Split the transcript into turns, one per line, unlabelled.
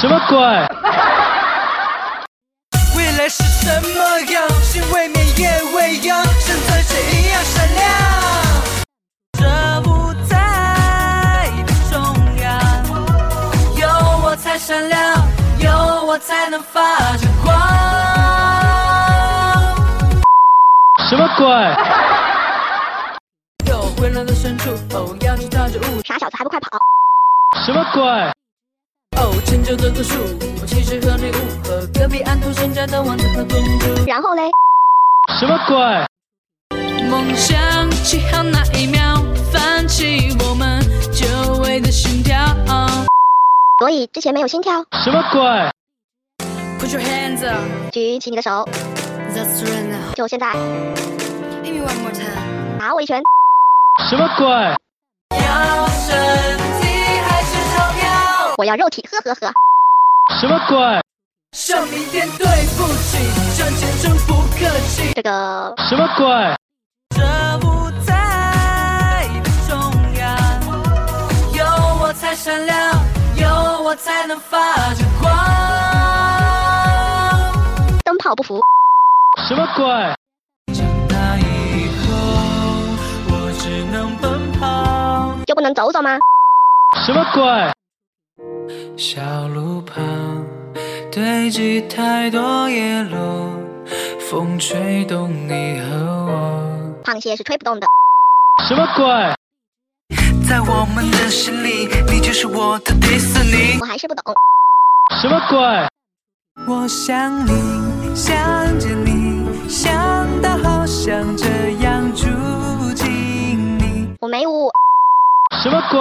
什么鬼？
未来是什么样？心未眠，夜未央，生存是一样闪亮。这不再重要，有我才闪亮，有我才能发着光。
什么鬼？
有温柔的深处，哦，要知道这物，
傻小子还不快跑！
什么鬼？
哦，成就这棵树，我其实和你无和隔壁安徒生家的王子和公主。
然后嘞，
什么鬼？
梦想起航那一秒，泛起我们久违的心跳。
所以之前没有心跳，
什么鬼？
Put your hands up,
举起你的手，
that's right now.
就现在，
Hit me one more time.
打我一拳！
什么鬼？
要身体还是钞票？
我要肉体，呵呵呵！
什么鬼？
剩一天对不起，挣钱真不客气。
这个
什么鬼？
这不再重要，有我才闪亮，有我才能发着光。
灯泡不服，
什么鬼？
长大以后，我只能奔跑。
就不能走走吗？
什么鬼？
小路旁堆积太多叶落，风吹动你和我，
螃蟹是吹不动的，
什么鬼？
在我们的心里，你就是我的迪士尼
我。还是不懂。
什么鬼？
我想你，想着你，想到好想这样住进你。
我没污，
什么鬼？